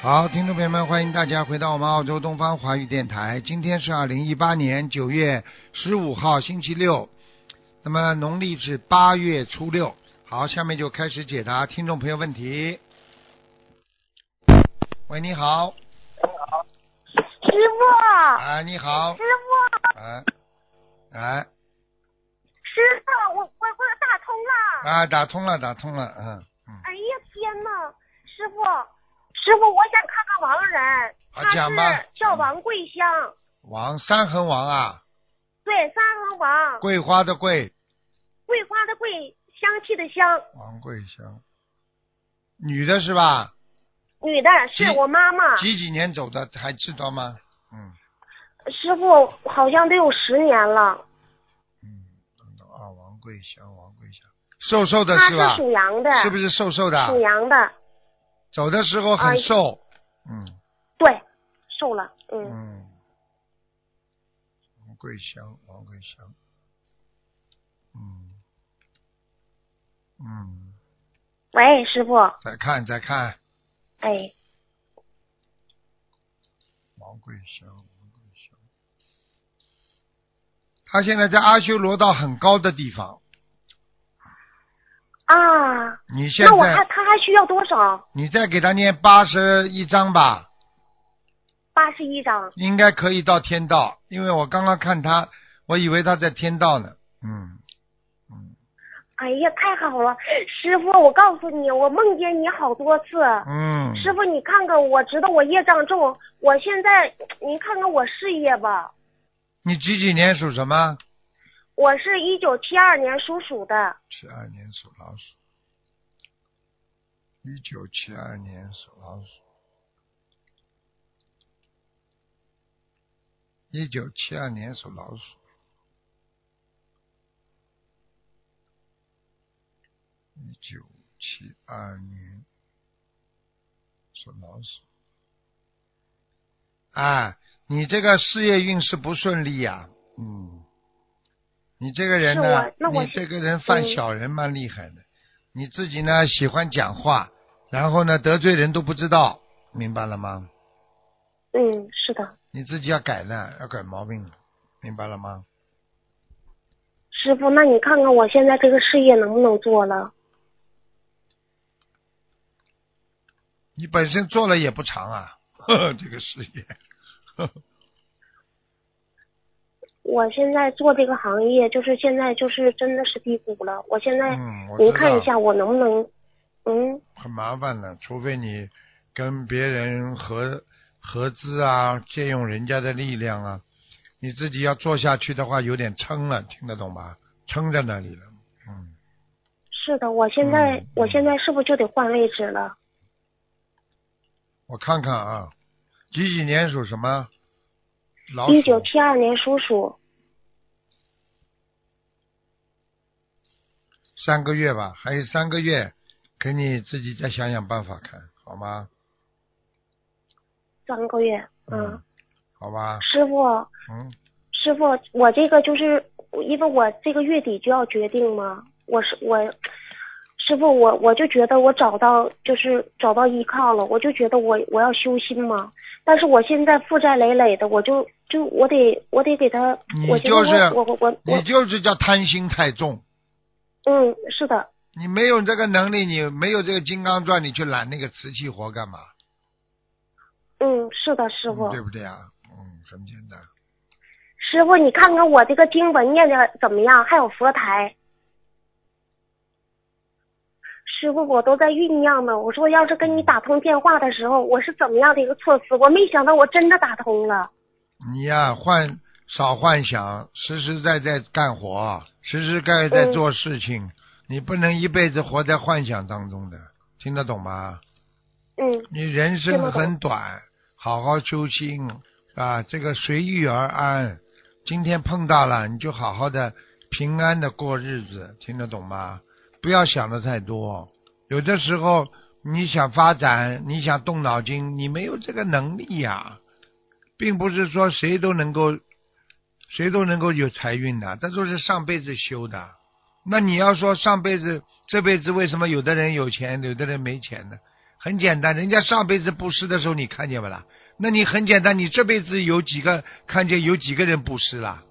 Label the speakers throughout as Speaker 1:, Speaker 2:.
Speaker 1: 好，听众朋友们，欢迎大家回到我们澳洲东方华语电台。今天是二零一八年九月十五号，星期六，那么农历是八月初六。好，下面就开始解答听众朋友问题。喂，你好，
Speaker 2: 师傅，
Speaker 1: 啊，你好
Speaker 2: 师，傅，
Speaker 1: 啊，哎，
Speaker 2: 师傅，我我我打通了。
Speaker 1: 啊，打通了，打通了，嗯嗯，
Speaker 2: 哎呀天呐，师傅，师傅，我想看看亡人，
Speaker 1: 啊
Speaker 2: 他
Speaker 1: 讲吧
Speaker 2: 是叫王桂香，
Speaker 1: 王三横王啊，
Speaker 2: 对，三横王，
Speaker 1: 桂花的桂，
Speaker 2: 桂花的桂，香气的香，
Speaker 1: 王桂香，女的是吧？
Speaker 2: 女的，是
Speaker 1: 几
Speaker 2: 我妈妈。
Speaker 1: 几几年走的还知道吗？嗯，
Speaker 2: 师傅好像得有十年了，
Speaker 1: 等等啊，王桂香，王桂香，瘦瘦的
Speaker 2: 她
Speaker 1: 是吧？
Speaker 2: 属羊的，
Speaker 1: 是不是啊瘦瘦
Speaker 2: 属
Speaker 1: 的？
Speaker 2: 羊呃的，
Speaker 1: 走的时候很瘦，嗯
Speaker 2: 对，瘦了，嗯，
Speaker 1: 嗯，王桂香，王桂香，嗯嗯，
Speaker 2: 喂，师傅，
Speaker 1: 再看再看，
Speaker 2: 哎，
Speaker 1: 王桂香，王桂香，他现在在阿修罗道很高的地方。
Speaker 2: 啊，
Speaker 1: 你现
Speaker 2: 那我还
Speaker 1: 在
Speaker 2: 他还需要多少？
Speaker 1: 你再给他念八十一章吧，
Speaker 2: 八十一张。
Speaker 1: 应该可以到天道，因为我刚刚看他，我以为他在天道呢。嗯
Speaker 2: 哎呀，太好了，师傅，我告诉你，我梦见你好多次。
Speaker 1: 嗯，
Speaker 2: 师傅，你看看，我知道我业障重，我现在您看看我事业吧。
Speaker 1: 你几几年属什么？
Speaker 2: 我是一九七二年属鼠的，
Speaker 1: 七二年属老鼠，一九七二年属老鼠，一九七二年属老鼠，一九七二年属老鼠。啊，你这个事业运势不顺利呀、嗯，你这个人呢
Speaker 2: 是我那，我
Speaker 1: 你这个人犯
Speaker 2: 嗯
Speaker 1: 小人蛮厉害的，你自己呢喜欢讲话，然后呢得罪人都不知道，明白了吗？
Speaker 2: 嗯，是的，
Speaker 1: 你自己要改呢，要改毛病，明白了吗？
Speaker 2: 师傅，那你看看我现在这个事业能不能做了？
Speaker 1: 你本身做了也不长啊， 呵呵这个事业，呵呵
Speaker 2: 我现在做这个行业，就是现在就是真的是低谷了。我现在，
Speaker 1: 嗯我知道
Speaker 2: 您看一下我能不能，嗯，
Speaker 1: 很麻烦的，除非你跟别人合合资啊，借用人家的力量啊，你自己要做下去的话，有点撑了，听得懂吧？撑在那里了，嗯，
Speaker 2: 是的，我现在、
Speaker 1: 嗯
Speaker 2: 我现在是不是就得换位置了？
Speaker 1: 我看看啊，几几年属什么？老
Speaker 2: 一九
Speaker 1: 鼠。
Speaker 2: 七二年属鼠，
Speaker 1: 三个月吧，还有三个月，给你自己再想想办法看好吗？
Speaker 2: 三个月。嗯，
Speaker 1: 好吧，
Speaker 2: 师傅，
Speaker 1: 嗯，
Speaker 2: 师傅，我这个就是因为我这个月底就要决定嘛，我是我，师傅，我我就觉得我找到就是找到依靠了，我就觉得我我要修心嘛，但是我现在负债累累的，我就就我得我得给他，
Speaker 1: 你
Speaker 2: 我觉得
Speaker 1: 就
Speaker 2: 我
Speaker 1: 是
Speaker 2: 我我我我
Speaker 1: 你就是叫贪心太重，
Speaker 2: 嗯，是的，
Speaker 1: 你没有这个能力，你没有这个金刚钻，你去揽那个瓷器活干嘛？
Speaker 2: 嗯，是的，师傅
Speaker 1: 嗯，对不对啊？嗯，很简单。
Speaker 2: 师傅，你看看我这个经文念的怎么样？还有佛台。师傅，我都在酝酿呢。我说，要是跟你打通电话的时候，我是怎么样的一个措施？我没想到我真的打通了。
Speaker 1: 你呀、幻少幻想，实实在在干活，实实在在
Speaker 2: 嗯
Speaker 1: 做事情，你不能一辈子活在幻想当中的，听得懂吗？
Speaker 2: 嗯，
Speaker 1: 你人生很短，好好修心啊！这个随遇而安，今天碰到了你就好好的平安的过日子，听得懂吗？不要想的太多，有的时候你想发展，你想动脑筋，你没有这个能力呀、并不是说谁都能够，谁都能够有财运的，这都是上辈子修的。那你要说上辈子、这辈子为什么有的人有钱，有的人没钱呢？很简单，人家上辈子布施的时候你看见不啦？那你很简单，你这辈子有几个看见有几个人布施啦？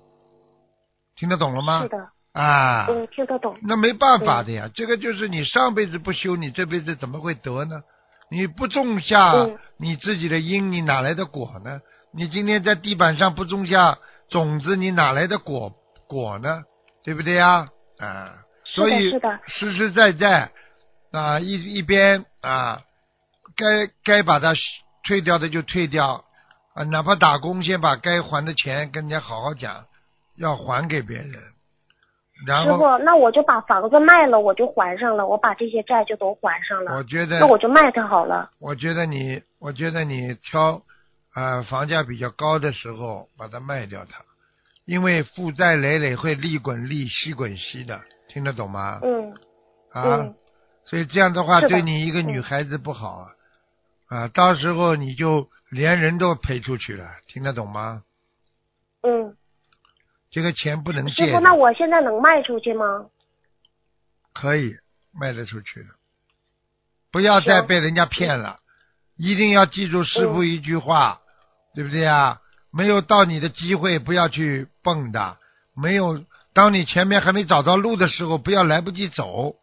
Speaker 1: 听得懂了吗？
Speaker 2: 是的，
Speaker 1: 啊，
Speaker 2: 嗯，听得懂。
Speaker 1: 那没办法的呀，这个就是你上辈子不修，你这辈子怎么会得呢？你不种下
Speaker 2: 嗯
Speaker 1: 你自己的因，你哪来的果呢？你今天在地板上不种下种子，你哪来的果果呢？对不对呀？啊，
Speaker 2: 是
Speaker 1: 所
Speaker 2: 的，
Speaker 1: 以
Speaker 2: 是的，
Speaker 1: 实实在在啊，一一边啊，该该把它退掉的就退掉啊，哪怕打工，先把该还的钱跟人家好好讲，要还给别人，然
Speaker 2: 师
Speaker 1: 后
Speaker 2: 傅，那我就把房子卖了，我就还上了，我把这些债就都还上了。
Speaker 1: 我觉得
Speaker 2: 那我就卖它好了。
Speaker 1: 我觉得你，我觉得你挑啊、呃房价比较高的时候把它卖掉它，因为负债累累会利滚利，息滚息的，听得懂吗？
Speaker 2: 嗯
Speaker 1: 啊，
Speaker 2: 嗯，
Speaker 1: 所以这样的话
Speaker 2: 是的
Speaker 1: 对你一个女孩子不好啊，啊，到时候你就连人都赔出去了，听得懂吗？
Speaker 2: 嗯，
Speaker 1: 这个钱不能
Speaker 2: 师
Speaker 1: 借
Speaker 2: 傅，
Speaker 1: 的，
Speaker 2: 那我现在能卖出去吗？
Speaker 1: 可以卖得出去的，不要再
Speaker 2: 行
Speaker 1: 被人家骗了，一定要记住师傅一句话，对不对啊？没有到你的机会，不要去蹦跶；没有，当你前面还没找到路的时候，不要来不及走，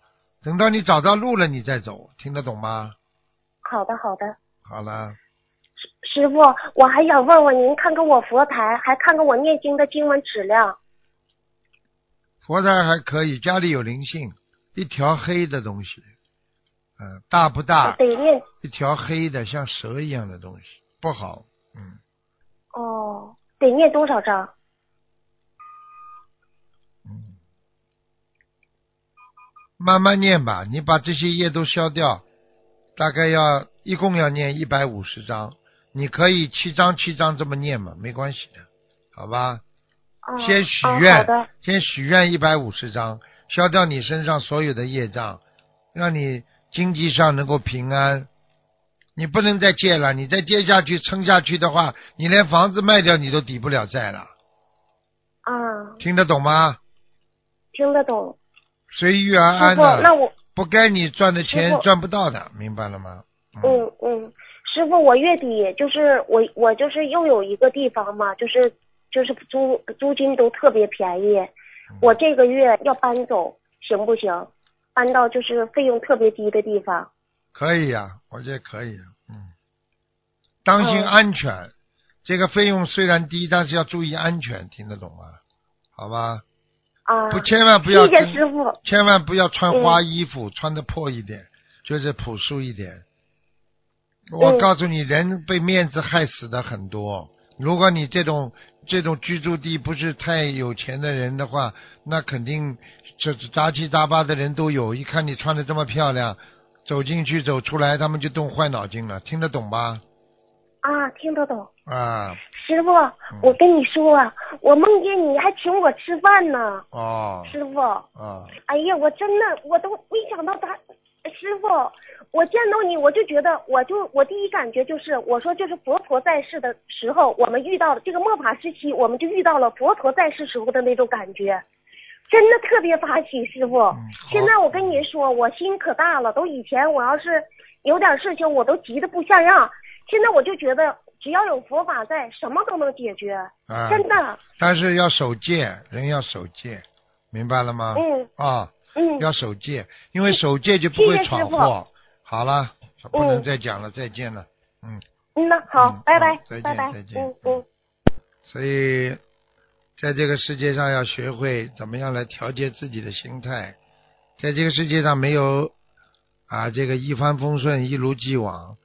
Speaker 1: 等到你找到路了，你再走，听得懂吗？
Speaker 2: 好的，好的。
Speaker 1: 好了，
Speaker 2: 师傅，我还想问问您，看看我佛台，还看看我念经的经文质量。
Speaker 1: 佛台还可以，家里有灵性，一条黑的东西，嗯、大不大？
Speaker 2: 得念
Speaker 1: 一条黑的像蛇一样的东西，不好，嗯。
Speaker 2: 哦，得念多少章？
Speaker 1: 慢慢念吧，你把这些业都消掉，大概要一共要念一百五十章，你可以七章七章这么念嘛，没关系的，好吧？
Speaker 2: 哦、
Speaker 1: 先许
Speaker 2: 哦
Speaker 1: 愿
Speaker 2: 好的，
Speaker 1: 先许愿一百五十章，消掉你身上所有的业障，让你经济上能够平安。你不能再借了，你再借下去撑下去的话，你连房子卖掉你都抵不了债了，
Speaker 2: 啊，
Speaker 1: 听得懂吗？
Speaker 2: 听得懂。
Speaker 1: 随遇而
Speaker 2: 师
Speaker 1: 安
Speaker 2: 傅，那
Speaker 1: 的，
Speaker 2: 我
Speaker 1: 不该你赚的
Speaker 2: 师
Speaker 1: 钱
Speaker 2: 傅
Speaker 1: 赚不到的，明白了吗？
Speaker 2: 嗯嗯，师傅，我月底就是我我就是又有一个地方嘛，就是就是租租金都特别便宜，
Speaker 1: 嗯
Speaker 2: 我这个月要搬走，行不行？搬到就是费用特别低的地方。
Speaker 1: 可以呀、我觉得可以、嗯，当心
Speaker 2: 嗯
Speaker 1: 安全、这个费用虽然低，但是要注意安全，听得懂吗？好吧，
Speaker 2: 啊，
Speaker 1: 不，千万不要
Speaker 2: 谢谢
Speaker 1: 跟
Speaker 2: 师傅。
Speaker 1: 千万不要穿花
Speaker 2: 嗯
Speaker 1: 衣服，穿的破一点，就是朴素一点。我
Speaker 2: 嗯
Speaker 1: 告诉你，人被面子害死的很多。如果你这种这种居住地不是太有钱的人的话，那肯定这这杂七杂八的人都有。一看你穿的这么漂亮，走进去走出来，他们就动坏脑筋了。听得懂吧？
Speaker 2: 啊，听得懂。
Speaker 1: 啊，
Speaker 2: 师傅，我跟你说啊，我梦见你还请我吃饭呢，
Speaker 1: 哦，
Speaker 2: 师傅。
Speaker 1: 啊，
Speaker 2: 哎呀，我真的我都没想到他，师傅，我见到你我就觉得，我就我第一感觉就是，我说就是佛陀在世的时候，我们遇到了这个末法时期，我们就遇到了佛陀在世时候的那种感觉，真的特别发喜，师傅。
Speaker 1: 嗯好
Speaker 2: 现在我跟您说，我心可大了，都以前我要是有点事情，我都急得不像样，现在我就觉得只要有佛法在，什么都能解决，
Speaker 1: 啊，
Speaker 2: 真的，
Speaker 1: 但是要守戒，人要守戒，明白了吗？
Speaker 2: 嗯
Speaker 1: 啊，
Speaker 2: 嗯，
Speaker 1: 要守戒，因为守戒就不会闯
Speaker 2: 谢谢师
Speaker 1: 祸。好了，不能再讲了，再见了。嗯，
Speaker 2: 嗯呐，好
Speaker 1: 嗯，
Speaker 2: 拜拜
Speaker 1: 好再，见
Speaker 2: 拜拜
Speaker 1: 再，见
Speaker 2: 嗯嗯。
Speaker 1: 所以在这个世界上要学会怎么样来调节自己的心态，在这个世界上没有啊这个一帆风顺、一如既往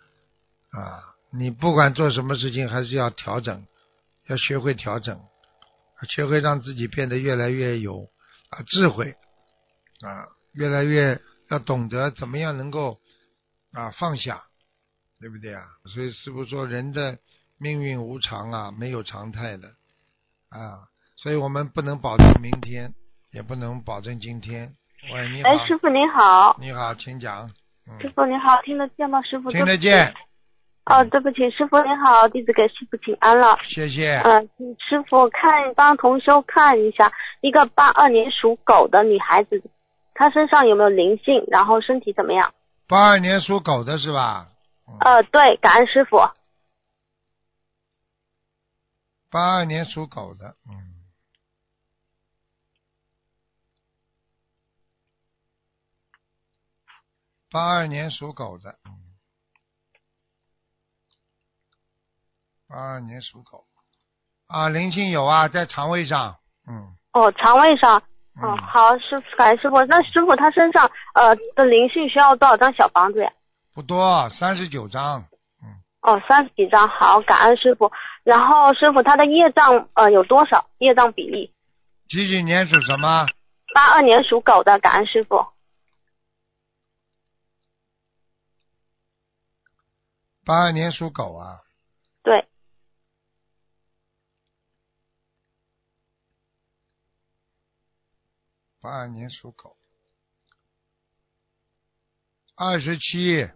Speaker 1: 啊，你不管做什么事情还是要调整，要学会调整，学会让自己变得越来越有啊智慧啊，越来越要懂得怎么样能够啊放下，对不对啊？所以师傅说，人的命运无常啊，没有常态的啊，所以我们不能保证明天，也不能保证今天。喂，你好，
Speaker 3: 哎，师傅您好，
Speaker 1: 你好，请讲。嗯，
Speaker 3: 师傅您好，听得见吗？师傅
Speaker 1: 听得见，
Speaker 3: 哦，对不起，师傅您好，弟子给师傅请安了。
Speaker 1: 谢谢。
Speaker 3: 嗯、师傅看帮同修看一下，一个八二年属狗的女孩子，她身上有没有灵性？然后身体怎么样？
Speaker 1: 八二年属狗的是吧？
Speaker 3: 呃，对，感恩师傅。
Speaker 1: 八二年属狗的，嗯，八二年属狗的，嗯，八二年属狗，啊，灵性有啊，在肠胃上，嗯
Speaker 3: 哦，肠胃上。哦，
Speaker 1: 嗯，
Speaker 3: 好，师傅，感恩师傅。那师傅他身上呃的灵性需要多少张小房子呀？
Speaker 1: 不多，三十九张，
Speaker 3: 哦，三十几张，好，感恩师傅。然后师傅他的业障呃有多少？业障比例？
Speaker 1: 几几年属什么？
Speaker 3: 八二年属狗的，感恩师傅。
Speaker 1: 八二年属狗啊，
Speaker 3: 对，
Speaker 1: 八二年属狗，二十七，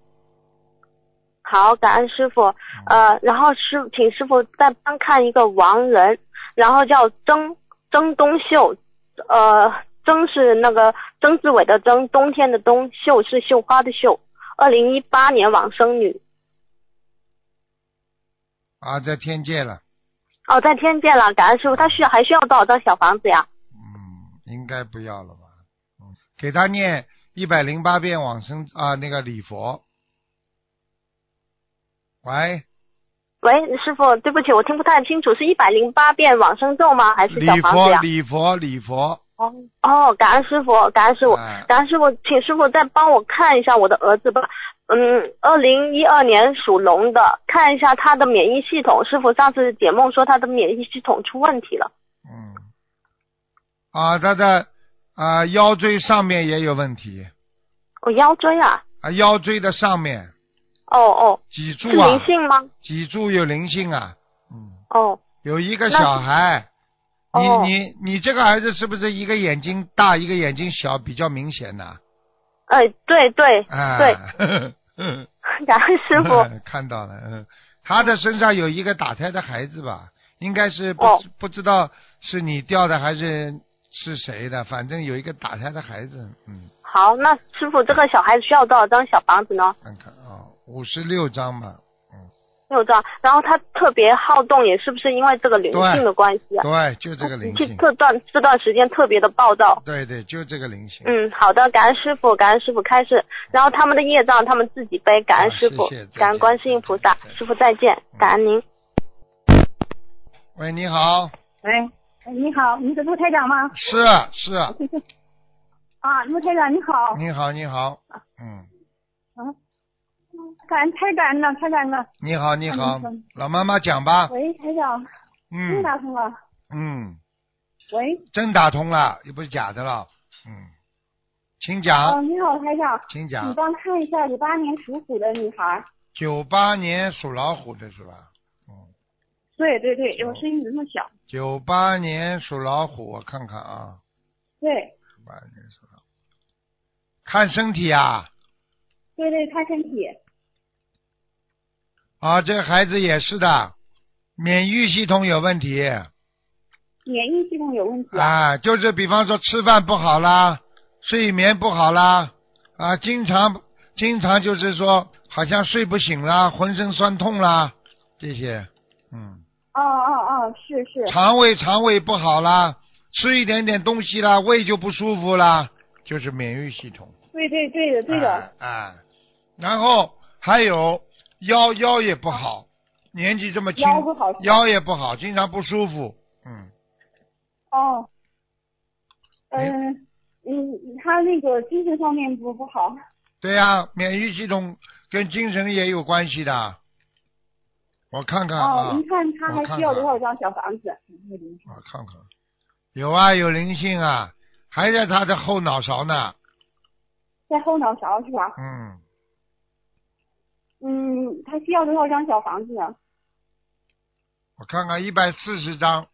Speaker 3: 好，感恩师傅。呃，然后师请师傅再帮看一个亡人，然后叫曾曾东秀，呃，曾是那个曾志伟的曾，冬天的冬，秀是绣花的绣。二零一八年往生女，
Speaker 1: 啊，在天界了，
Speaker 3: 哦，在天界了，感恩师傅。他需要还需要多少张小房子呀？
Speaker 1: 嗯，应该不要了吧？嗯，给他念一百零八遍往生啊，那个礼佛。喂，
Speaker 3: 喂，师傅，对不起，我听不太清楚，是一百零八遍往生咒吗？还是小
Speaker 1: 礼
Speaker 3: 房子
Speaker 1: 佛，
Speaker 3: 呀？
Speaker 1: 礼佛，礼佛。
Speaker 3: 哦哦，感恩师傅，感恩师傅，
Speaker 1: 哎
Speaker 3: 感恩师傅，请师傅再帮我看一下我的儿子吧。嗯，二零一二年属龙的，看一下他的免疫系统。师傅上次解梦说他的免疫系统出问题了。
Speaker 1: 嗯，啊，他的啊腰椎上面也有问题
Speaker 3: 哦，腰椎啊，
Speaker 1: 啊，腰椎的上面
Speaker 3: 哦哦，
Speaker 1: 脊柱
Speaker 3: 是
Speaker 1: 啊
Speaker 3: 灵，性吗？
Speaker 1: 脊柱有灵性啊，嗯，
Speaker 3: 哦
Speaker 1: 有一个
Speaker 3: 那
Speaker 1: 小孩，你
Speaker 3: 哦
Speaker 1: 你你这个儿子是不是一个眼睛大一个眼睛小比较明显呢？
Speaker 3: 哎，对对，
Speaker 1: 啊，
Speaker 3: 对
Speaker 1: 呵呵，
Speaker 3: 感恩师傅。
Speaker 1: 看到了，嗯，他的身上有一个打胎的孩子吧，应该是不、
Speaker 3: 哦
Speaker 1: 不知道是你掉的还是是谁的，反正有一个打胎的孩子，嗯，
Speaker 3: 好，那师傅这个小孩子需要多少张小房子呢？
Speaker 1: 看看啊，五十六张吧，
Speaker 3: 六张。然后他特别好动，也是不是因为这个灵性的关系啊？
Speaker 1: 对，就这个灵
Speaker 3: 这
Speaker 1: 性，
Speaker 3: 这段这段时间特别的暴躁。
Speaker 1: 对对，就这个灵性，
Speaker 3: 嗯，好的，感恩师傅，感恩师傅开示。然后他们的业障他们自己背，感恩师傅，
Speaker 1: 啊好谢谢再见
Speaker 3: 感恩观世音菩萨
Speaker 1: 再见，嗯
Speaker 3: 师傅再见，感恩您。
Speaker 1: 喂，你好，
Speaker 4: 喂，哎你好，你是卢台长吗？
Speaker 1: 是是，
Speaker 4: 啊，卢台长你好，啊
Speaker 1: 你好你好，嗯，
Speaker 4: 感恩台长呢，台长呢？
Speaker 1: 你好你好
Speaker 4: 嗯嗯，
Speaker 1: 老妈妈讲吧，
Speaker 4: 喂，台长，听
Speaker 1: 嗯
Speaker 4: 打通了？
Speaker 1: 嗯。
Speaker 4: 喂，
Speaker 1: 真打通了，又不是假的了。嗯，请
Speaker 4: 哦、
Speaker 1: 讲，
Speaker 4: 你好，台长，
Speaker 1: 请
Speaker 4: 你
Speaker 1: 讲。
Speaker 4: 帮看一下九八年属虎的女孩。
Speaker 1: 九八年属老虎的是吧？嗯，
Speaker 4: 对对对，我声音怎么那么小？
Speaker 1: 九八年属老虎，我看看啊，
Speaker 4: 对
Speaker 1: 九八年属老虎，看身体啊
Speaker 4: 对对，看身体。
Speaker 1: 啊，这个孩子也是的，免疫系统有问题
Speaker 4: 免疫系统有问题啊？
Speaker 1: 啊，就是比方说吃饭不好啦，睡眠不好啦，啊，经常经常就是说好像睡不醒啦，浑身酸痛啦，这些，嗯。
Speaker 4: 哦哦哦，是是，
Speaker 1: 肠胃肠胃不好啦，吃一点点东西啦，胃就不舒服啦，就是免疫系统。
Speaker 4: 对对对的对的，
Speaker 1: 啊。啊然后还有腰腰也不好，年纪这么轻，
Speaker 4: 啊腰不好是吧
Speaker 1: 腰也不好，经常不舒服。嗯，
Speaker 4: 哦，
Speaker 1: 哎
Speaker 4: 嗯嗯，他那个精神方面不不好。
Speaker 1: 对呀、免疫系统跟精神也有关系的。我看看啊，
Speaker 4: 哦，您看他还
Speaker 1: 我看
Speaker 4: 需要
Speaker 1: 看
Speaker 4: 多少张小房子？
Speaker 1: 我看看，有啊，有灵性啊，还在他的后脑勺呢。
Speaker 4: 在后脑勺是吧？
Speaker 1: 嗯，
Speaker 4: 嗯，他需要多少张小房子呢？
Speaker 1: 我看看一百四十张。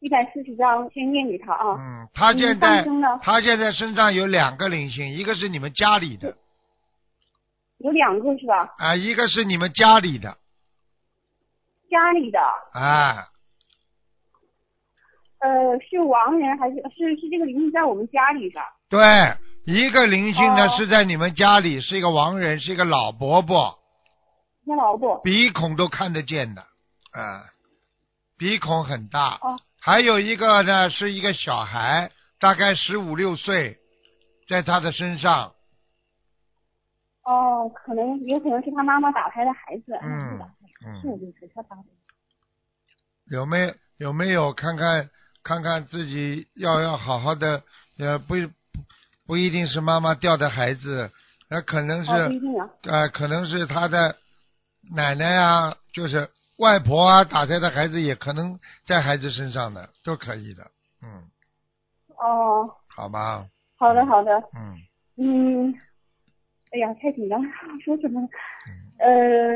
Speaker 4: 一百四十张，先念给他啊。
Speaker 1: 嗯，他
Speaker 4: 嗯
Speaker 1: 现
Speaker 4: 放
Speaker 1: 在
Speaker 4: 生呢
Speaker 1: 他现在身上有两个灵性，一个是你们家里的
Speaker 4: 有两个是吧？
Speaker 1: 啊，一个是你们家里的
Speaker 4: 家里的，
Speaker 1: 啊，
Speaker 4: 呃，是亡人还是是是这个灵性在我们家里的？
Speaker 1: 对，一个灵性呢
Speaker 4: 哦
Speaker 1: 是在你们家里，是一个亡人，是一个老伯伯，
Speaker 4: 天劳作。
Speaker 1: 鼻孔都看得见的，啊，鼻孔很大。
Speaker 4: 哦
Speaker 1: 还有一个呢，是一个小孩，大概十五六岁，在他的身上，
Speaker 4: 哦，可能也可能是他妈妈打胎的孩子。
Speaker 1: 嗯
Speaker 4: 是
Speaker 1: 嗯，
Speaker 4: 就是他打的。
Speaker 1: 有没有有没有看看看看自己要要好好的，呃，不不一定是妈妈掉的孩子，那可能是、
Speaker 4: 哦，不一定啊。
Speaker 1: 呃，可能是他的奶奶啊，就是外婆啊，打胎的孩子也可能在孩子身上的，都可以的。嗯，
Speaker 4: 哦，
Speaker 1: 好吧，
Speaker 4: 好的好的，
Speaker 1: 嗯，
Speaker 4: 嗯，哎呀，太紧张了，说什么呢？呃，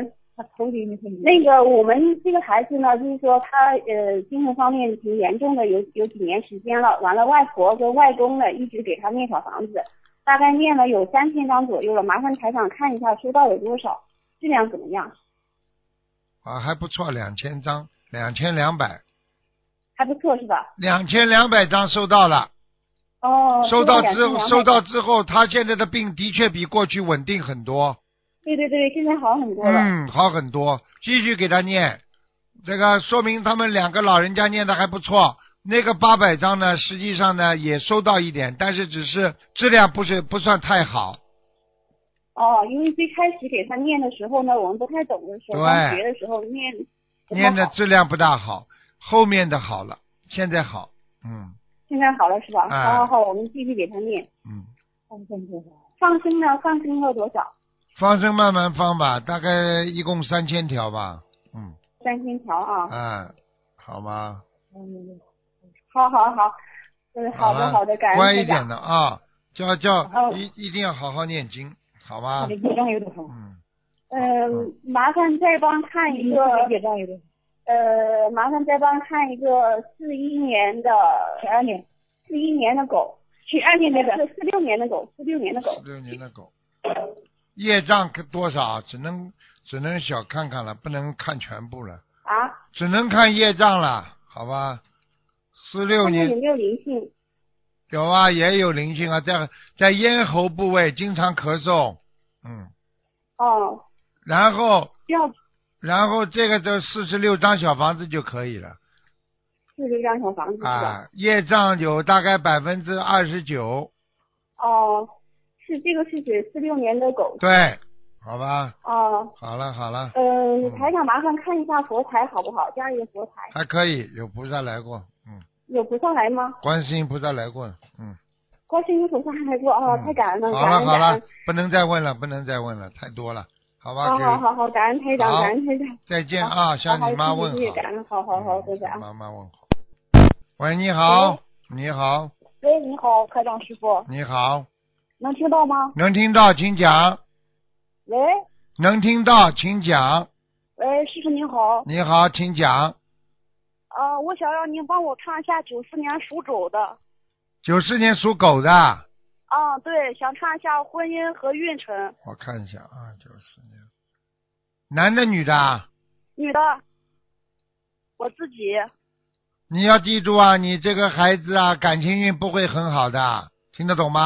Speaker 4: 头顶那个我们这个孩子呢，就是说他呃精神方面挺严重的，有有几年时间了。完了，外婆和外公呢一直给他念小房子，大概念了有三千张左右了。麻烦台长看一下收到有多少，质量怎么样？
Speaker 1: 啊，还不错，两千张，两千两百，
Speaker 4: 还不错是吧？
Speaker 1: 两千两百张收到了，
Speaker 4: 哦，
Speaker 1: 收到之
Speaker 4: 后
Speaker 1: 收到之后，他现在的病的确比过去稳定很多，
Speaker 4: 对对对，现在好很多了。
Speaker 1: 嗯，好很多，继续给他念，这个说明他们两个老人家念的还不错。那个八百张呢，实际上呢也收到一点，但是只是质量不是不算太好，
Speaker 4: 哦，因为最开始给他念的时候呢，我们不太懂的时候，
Speaker 1: 对
Speaker 4: 刚学的时候念不太
Speaker 1: 念的
Speaker 4: 好
Speaker 1: 质量不大好，后面的好了，现在好，嗯
Speaker 4: 现在好了是吧？
Speaker 1: 哎
Speaker 4: 好好好，我们继续给他念。
Speaker 1: 嗯，
Speaker 4: 放生呢？放生了多少？
Speaker 1: 放生慢慢放吧，大概一共三千条吧，嗯，
Speaker 4: 三千条啊！
Speaker 1: 哎，好吗？
Speaker 4: 好好好，嗯，好的
Speaker 1: 了
Speaker 4: 好的，感恩
Speaker 1: 乖一
Speaker 4: 台长
Speaker 1: 点的啊，叫叫
Speaker 4: 哦
Speaker 1: 一一定要好好念经，好吗？嗯，
Speaker 4: 嗯，麻烦再帮看一个，呃，麻烦再帮看一个四一年的，十二年，四一年的狗，十二年那个，四六年的狗，四六年的狗
Speaker 1: 十，六年的狗，业障多少？只能只能小看看了，不能看全部了，
Speaker 4: 啊，
Speaker 1: 只能看业障了，好吧？四六
Speaker 4: 看看有
Speaker 1: 年
Speaker 4: 没有灵性？
Speaker 1: 有啊，也有灵性啊，在在咽喉部位经常咳嗽，嗯，
Speaker 4: 哦，
Speaker 1: 然后
Speaker 4: 需要
Speaker 1: 然后这个就四十六张小房子就可以了
Speaker 4: 四十张小房子是吧？
Speaker 1: 啊，业障有大概百分之二十九，
Speaker 4: 哦，是这个是指四六年的狗
Speaker 1: 对，好吧？
Speaker 4: 哦。
Speaker 1: 好了好了，
Speaker 4: 呃，台长，麻烦看一下佛台好不好？家里的佛台
Speaker 1: 还可以，有菩萨来过，嗯，
Speaker 4: 有菩萨来吗？
Speaker 1: 观世音菩萨来过了，嗯。
Speaker 4: 观世音菩萨来过哦，
Speaker 1: 嗯
Speaker 4: 太感恩了，
Speaker 1: 好
Speaker 4: 感
Speaker 1: 了
Speaker 4: 恩
Speaker 1: 好
Speaker 4: 感
Speaker 1: 了
Speaker 4: 恩。，
Speaker 1: 不能再问了，不能再问了，太多了，好吧？
Speaker 4: 好
Speaker 1: 给
Speaker 4: 好好好，感恩台长，
Speaker 1: 好
Speaker 4: 感恩台长。
Speaker 1: 再见啊，向
Speaker 4: 好好
Speaker 1: 你妈问
Speaker 4: 谢谢谢谢
Speaker 1: 好。
Speaker 4: 感恩，好好好，
Speaker 1: 嗯
Speaker 4: 谢谢啊。
Speaker 1: 妈妈问好。喂，你好，你好，
Speaker 4: 喂，你好，台长师傅，
Speaker 1: 你好，
Speaker 4: 能听到吗？
Speaker 1: 能听到请讲，
Speaker 4: 喂
Speaker 1: 能听到请讲，
Speaker 4: 喂，师傅您好，
Speaker 1: 你好，请讲。
Speaker 4: 呃，我想让您帮我看一下九四年属狗的，
Speaker 1: 九四年属狗的，
Speaker 4: 啊，对，想看一下婚姻和运程，
Speaker 1: 我看一下啊，九四年，男的女的啊？
Speaker 4: 女的，我自己，
Speaker 1: 你要记住啊，你这个孩子啊，感情运不会很好的，听得懂吗？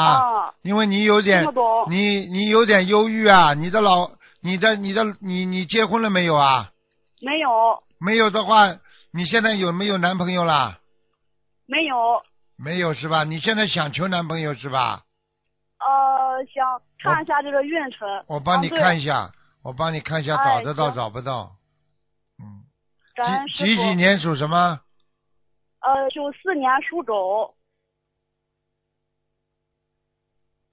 Speaker 4: 啊，
Speaker 1: 因为你有
Speaker 4: 听
Speaker 1: 点
Speaker 4: 不，懂，
Speaker 1: 你你有点忧郁啊，你的老，你的你的你你结婚了没有啊？
Speaker 4: 没有，
Speaker 1: 没有的话，你现在有没有男朋友啦？
Speaker 4: 没有，
Speaker 1: 没有是吧？你现在想求男朋友是吧？
Speaker 4: 呃，想看一下这个运程。
Speaker 1: 我帮你
Speaker 4: 啊对
Speaker 1: 看一下，我帮你看一下
Speaker 4: 哎
Speaker 1: 找得到
Speaker 4: 行
Speaker 1: 找不到。嗯，
Speaker 4: 感恩
Speaker 1: 几几
Speaker 4: 师傅
Speaker 1: 几？年属什么？
Speaker 4: 呃，九四年属狗。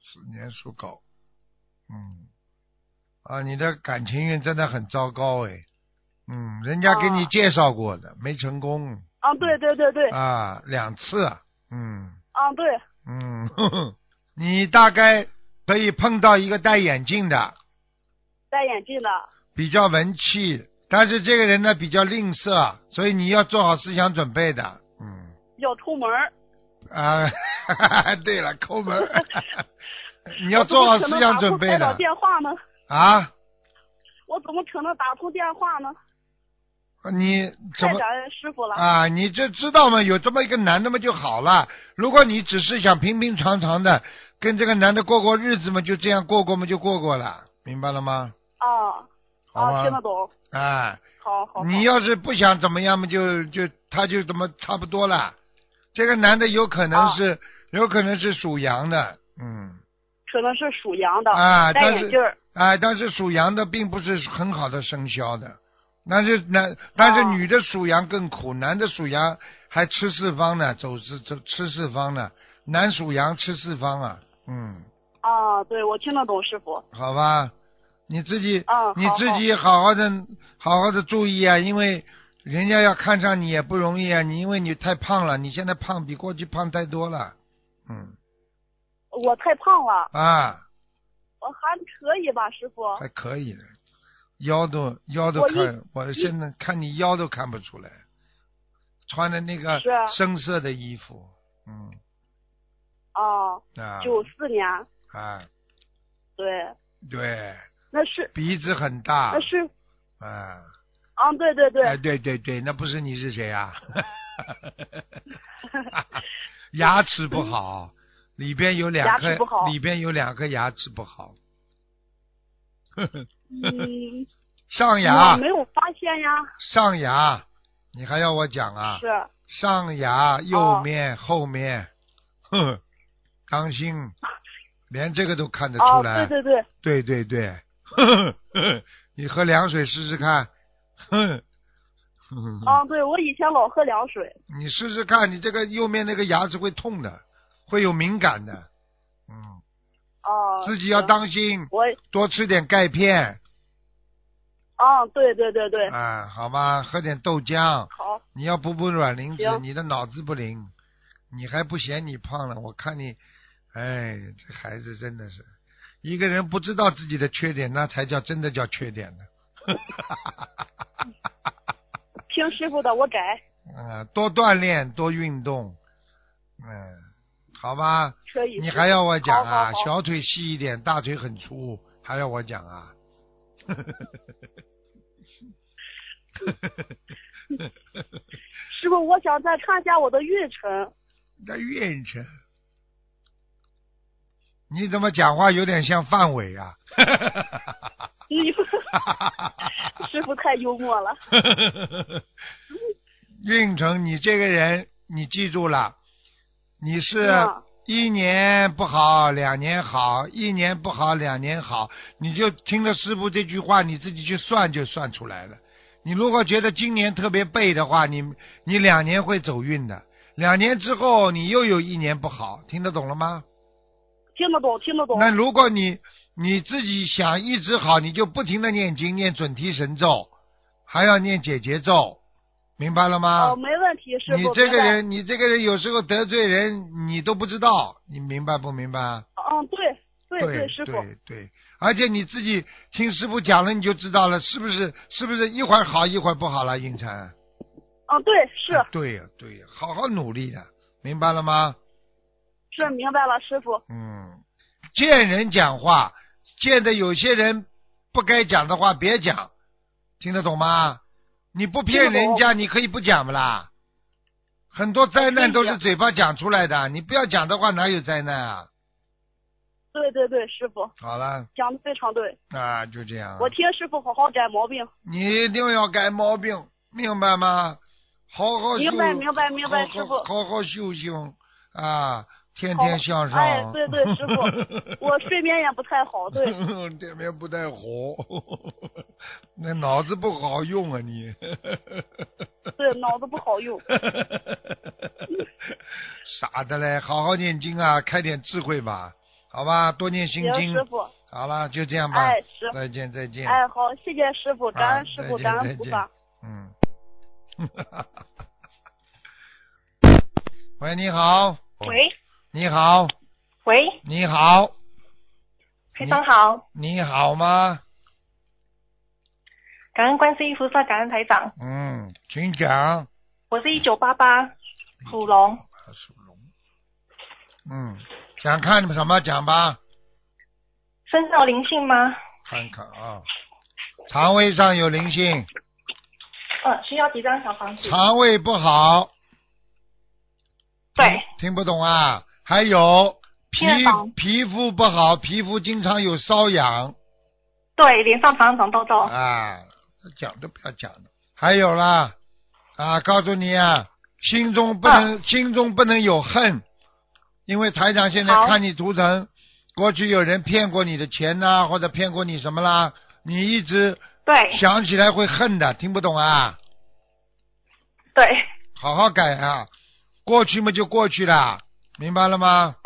Speaker 1: 四年属狗。嗯，啊，你的感情运真的很糟糕哎。嗯，人家给你
Speaker 4: 啊
Speaker 1: 介绍过的，没成功
Speaker 4: 啊，对对对对，
Speaker 1: 啊，两次。嗯
Speaker 4: 啊对，
Speaker 1: 嗯呵呵，你大概可以碰到一个戴眼镜的，
Speaker 4: 戴眼镜的。
Speaker 1: 比较文气，但是这个人呢比较吝啬，所以你要做好思想准备的。嗯
Speaker 4: 要出门儿，
Speaker 1: 啊， 对了，抠门儿， 你要
Speaker 4: 我怎么
Speaker 1: 做好
Speaker 4: 可
Speaker 1: 思
Speaker 4: 能
Speaker 1: 想
Speaker 4: 打
Speaker 1: 准
Speaker 4: 通
Speaker 1: 备
Speaker 4: 台长
Speaker 1: 的
Speaker 4: 电话呢？
Speaker 1: 啊。
Speaker 4: 我怎么可能打通电话呢？
Speaker 1: 你怎
Speaker 4: 太
Speaker 1: 么
Speaker 4: 感恩师傅了。
Speaker 1: 啊，你这知道吗？有这么一个男的嘛就好了。如果你只是想平平常常的跟这个男的过过日子嘛，就这样过过嘛就过过了，明白了吗？
Speaker 4: 啊，
Speaker 1: 好
Speaker 4: 啊，
Speaker 1: 吗
Speaker 4: 听得懂，
Speaker 1: 哎，
Speaker 4: 好哦好。好
Speaker 1: 你要是不想怎么样嘛，就就他就怎么差不多了。这个男的有可能
Speaker 4: 啊
Speaker 1: 是、有可能是属羊的，嗯，
Speaker 4: 可能是属羊的，
Speaker 1: 啊
Speaker 4: 戴
Speaker 1: 但
Speaker 4: 眼
Speaker 1: 是
Speaker 4: 镜儿，
Speaker 1: 哎，但是属羊的并不是很好的生肖的，但是男但是
Speaker 4: 哦
Speaker 1: 女的属羊更苦，男的属羊还吃四方呢，走四走吃四方呢，男属羊吃四方啊，嗯，
Speaker 4: 啊，对，我听得懂师傅，
Speaker 1: 好吧，你自己、
Speaker 4: 嗯
Speaker 1: 你
Speaker 4: 好
Speaker 1: 自
Speaker 4: 好
Speaker 1: 己好好的好好的注意啊，因为人家要看上你也不容易啊，你因为你太胖了，你现在胖比过去胖太多了，嗯
Speaker 4: 我太胖了，
Speaker 1: 啊，
Speaker 4: 我还可以吧，师傅。
Speaker 1: 还可以的，腰都腰都
Speaker 4: 我一
Speaker 1: 看，我现在看你腰都看不出来，穿的那个
Speaker 4: 是啊
Speaker 1: 深色的衣服，嗯
Speaker 4: 哦，
Speaker 1: 啊
Speaker 4: 九四年，
Speaker 1: 啊
Speaker 4: 对，
Speaker 1: 对，
Speaker 4: 那是
Speaker 1: 鼻子很大
Speaker 4: 那，是，
Speaker 1: 啊，
Speaker 4: 啊，对对对，
Speaker 1: 哎对对对，那不是你是谁 啊？牙齿不好，里边有两
Speaker 4: 牙齿不
Speaker 1: 颗，
Speaker 4: 好
Speaker 1: 里边有两颗牙齿不好，
Speaker 4: 嗯，
Speaker 1: 上
Speaker 4: 我
Speaker 1: 牙
Speaker 4: 没有发现呀，
Speaker 1: 上牙，你还要我讲啊？
Speaker 4: 是，哦
Speaker 1: 上牙右面、后面，哼，当心，连这个都看得
Speaker 4: 哦，
Speaker 1: 出来。
Speaker 4: 对对对，
Speaker 1: 对对对呵呵呵你喝凉水试试看，哼，哼哼
Speaker 4: 啊，对我以前老喝凉水，
Speaker 1: 你试试看，你这个右面那个牙齿会痛的，会有敏感的，嗯，
Speaker 4: 哦，
Speaker 1: 自己要
Speaker 4: 行，
Speaker 1: 当心，
Speaker 4: 我，
Speaker 1: 多吃点钙片
Speaker 4: 啊，对对对对，
Speaker 1: 啊，好吗？喝点豆浆，
Speaker 4: 好，
Speaker 1: 你要补补软磷脂，
Speaker 4: 行
Speaker 1: 你的脑子不灵，你还不嫌你胖了？我看你，哎，这孩子真的是，一个人不知道自己的缺点，那才叫真的叫缺点呢。
Speaker 4: 听师傅的，我改，
Speaker 1: 啊、多锻炼，多运动，嗯、好吧？
Speaker 4: 可以。
Speaker 1: 你还要我讲啊？
Speaker 4: 好好好
Speaker 1: 小腿细一点，大腿很粗，还要我讲啊？
Speaker 4: 师傅，我想再看一下我的运程。
Speaker 1: 那运程，你怎么讲话有点像范伟啊？
Speaker 4: 你 师傅太幽默了。
Speaker 1: 运程，你这个人，你记住了，你是
Speaker 4: 嗯
Speaker 1: 一年不好，两年好，一年不好，两年好，你就听了师傅这句话，你自己去算就算出来了。你如果觉得今年特别背的话，你你两年会走运的，两年之后你又有一年不好，听得懂了吗？
Speaker 4: 听得懂，听得懂。哦
Speaker 1: 那如果你你自己想一直好，你就不停的念经，念准提神咒，还要念解结咒，明白了吗？
Speaker 4: 哦，没问题，师
Speaker 1: 啊你
Speaker 4: 傅。
Speaker 1: 这个
Speaker 4: 明白，
Speaker 1: 人，你这个人有时候得罪人，你都不知道，你明白不明白？
Speaker 4: 嗯，对，对
Speaker 1: 对
Speaker 4: 师傅，
Speaker 1: 对对，而且你自己听师傅讲了，你就知道了，是不是？是不是一会儿好一会儿不好了？运程
Speaker 4: 嗯，对，是
Speaker 1: 啊对呀、对呀、好好努力的，明白了吗？
Speaker 4: 是，明白了，师傅。
Speaker 1: 嗯，见人讲话，见的有些人不该讲的话别讲，听得懂吗？你不骗人家，你可以不讲不啦？很多灾难都是嘴巴讲出来的，你不要讲的话，哪有灾难啊？
Speaker 4: 对对对，师傅
Speaker 1: 好了，
Speaker 4: 讲的非常对，
Speaker 1: 啊，就这样。
Speaker 4: 我听师傅好好改毛病。
Speaker 1: 你一定要改毛病，明白吗？好好修，
Speaker 4: 明白，明白，明
Speaker 1: 好
Speaker 4: 白，
Speaker 1: 好
Speaker 4: 师傅。
Speaker 1: 好好修行啊，天
Speaker 4: 好
Speaker 1: 天向上。
Speaker 4: 哎，对对，师傅，我睡眠也不太好，对，
Speaker 1: 这边不太好，那脑子不好用啊你。
Speaker 4: 对，脑子不 好用。
Speaker 1: 傻的嘞，好好念经啊，开点智慧吧，好吧，多念心
Speaker 4: 行，
Speaker 1: 经
Speaker 4: 师。傅，
Speaker 1: 好了，就这样吧，
Speaker 4: 哎，师傅，
Speaker 1: 再见再见。
Speaker 4: 哎，好，谢谢师傅，感
Speaker 1: 啊
Speaker 4: 恩师傅，
Speaker 1: 再见
Speaker 4: 感
Speaker 1: 再
Speaker 4: 恩菩
Speaker 1: 见
Speaker 4: 萨。
Speaker 1: 嗯。 喂，你好，
Speaker 2: 喂
Speaker 1: 你好，
Speaker 2: 喂，
Speaker 1: 你好，
Speaker 2: 台长好，
Speaker 1: 你好吗？
Speaker 2: 感恩观世音菩萨，感恩台长，
Speaker 1: 嗯，请讲。
Speaker 2: 我是一九八八属龙，
Speaker 1: 属龙。嗯，想看什么讲吧，
Speaker 2: 身上有灵性吗？
Speaker 1: 看看啊。肠胃上有灵性，
Speaker 5: 呃
Speaker 2: 嗯，需要几张小房子？
Speaker 1: 肠胃不好，
Speaker 2: 对，
Speaker 1: 听不懂啊。还有皮
Speaker 2: 听得懂
Speaker 1: 皮肤不好，皮肤经常有瘙痒，
Speaker 5: 对，脸上常长痘痘。
Speaker 1: 啊，讲都不要讲了。还有啦，啊，告诉你啊，心中不
Speaker 5: 嗯
Speaker 1: 能、心中不能有恨，因为台长现在
Speaker 5: 好
Speaker 1: 看你图腾，过去有人骗过你的钱呐、或者骗过你什么啦，你一直
Speaker 5: 对
Speaker 1: 想起来会恨的，听不懂啊？
Speaker 5: 对，
Speaker 1: 好好改啊，过去嘛就过去啦，明白了吗？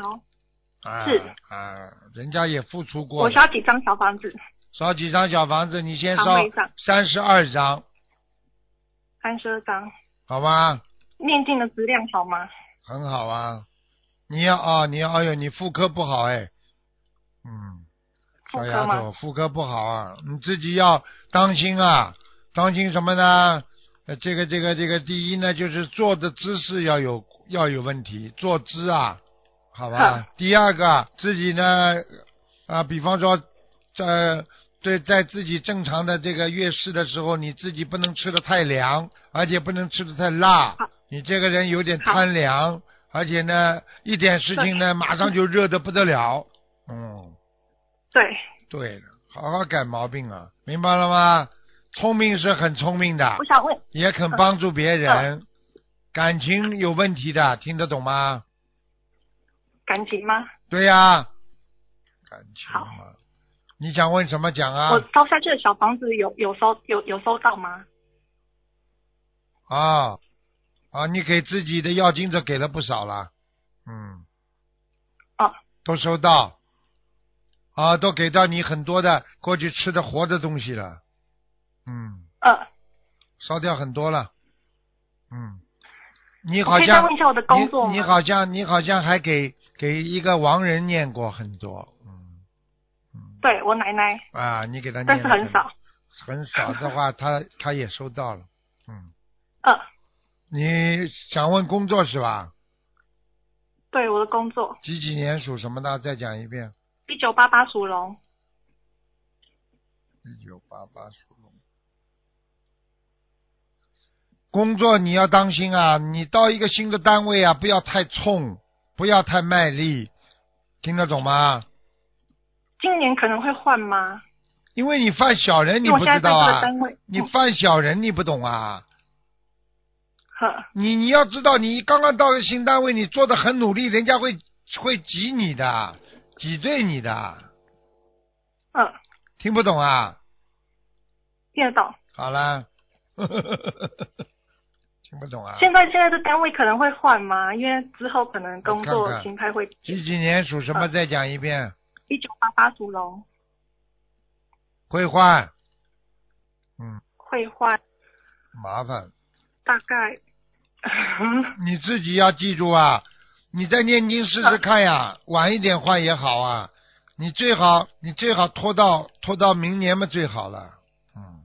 Speaker 5: 好，
Speaker 1: 啊
Speaker 5: 是
Speaker 1: 啊，人家也付出过
Speaker 5: 我
Speaker 1: 了，
Speaker 5: 需要几张小房子？
Speaker 1: 烧几张小房子，你先
Speaker 5: 好
Speaker 1: 烧
Speaker 5: 每张
Speaker 1: 三十二张，
Speaker 5: 三十二张。
Speaker 1: 好吧？
Speaker 5: 念经的质量好吗？
Speaker 1: 很好啊，你要啊、你要，哎呦，你妇科不好哎，嗯，
Speaker 5: 妇
Speaker 1: 小
Speaker 5: 科
Speaker 1: 丫头
Speaker 5: 吗？
Speaker 1: 妇科不好啊，你自己要当心啊，当心什么呢？呃，这个这个这个，第一呢，就是坐的姿势要有要有问题，坐姿啊，好吧
Speaker 5: 哼。
Speaker 1: 第二个，自己呢，啊，比方说，在对在自己正常的这个月事的时候，你自己不能吃的太凉，而且不能吃的太辣
Speaker 5: 好。
Speaker 1: 你这个人有点
Speaker 5: 好
Speaker 1: 贪凉，而且呢，一点事情呢，马上就热得不得了。嗯。
Speaker 5: 对，
Speaker 1: 对了，好好改毛病啊，明白了吗？聪明是很聪明的
Speaker 5: 我，想问，嗯
Speaker 1: 也肯帮助别人，感情有问题的，听得懂吗？
Speaker 5: 感情吗？
Speaker 1: 对呀、感情嘛，你想问什么讲
Speaker 5: 我
Speaker 1: 啊？
Speaker 5: 烧下去的小房子有有收有有收到吗？
Speaker 1: 啊啊，你给自己的要经者给了不少了，嗯，
Speaker 5: 哦，
Speaker 1: 都收到，啊，都给到你很多的过去吃的活的东西了，嗯。
Speaker 5: 呃，
Speaker 1: 烧掉很多了。嗯，你
Speaker 5: 我
Speaker 1: 好
Speaker 5: 可以再
Speaker 1: 像
Speaker 5: 问一下我的工作吗？
Speaker 1: 你你好像你好像还给给一个亡人念过很多，嗯
Speaker 5: 对我奶奶，
Speaker 1: 啊，你给他念
Speaker 5: 但
Speaker 1: 了
Speaker 5: 是很少。
Speaker 1: 很少的话，他他也收到了。嗯，
Speaker 5: 呃，
Speaker 1: 你想问工作是吧？
Speaker 5: 对我的工作，
Speaker 1: 几几年属什么的？再讲一遍。
Speaker 5: 一九八八属龙，
Speaker 1: 一九八八属龙。工作你要当心啊！你到一个新的单位啊，不要太冲，不要太卖力，听得懂吗？
Speaker 5: 今年可能会换吗？
Speaker 1: 因为你犯小人，你
Speaker 5: 因为我
Speaker 1: 不
Speaker 5: 现在
Speaker 1: 知
Speaker 5: 在
Speaker 1: 道
Speaker 5: 这个
Speaker 1: 啊！
Speaker 5: 单位，
Speaker 1: 你
Speaker 5: 嗯
Speaker 1: 犯小人，你不懂啊！
Speaker 5: 呵，
Speaker 1: 你你要知道，你刚刚到个新单位，你做的很努力，人家会会挤你的，挤兑你的，
Speaker 5: 嗯，
Speaker 1: 听不懂啊？
Speaker 5: 听得懂。
Speaker 1: 好啦， 听不懂啊？
Speaker 5: 现在现在这单位可能会换吗？因为之后可能工
Speaker 1: 我看
Speaker 5: 作
Speaker 1: 看
Speaker 5: 形态会
Speaker 1: 几几年属什么？
Speaker 5: 嗯
Speaker 1: 再讲一遍。
Speaker 5: 一九八八属龙
Speaker 1: 会换，嗯，
Speaker 5: 会换，
Speaker 1: 麻烦。
Speaker 5: 大概
Speaker 1: 你自己要记住啊，你再念经试试看呀、晚一点换也好啊。你最好，你最好拖到拖到明年嘛最好了。嗯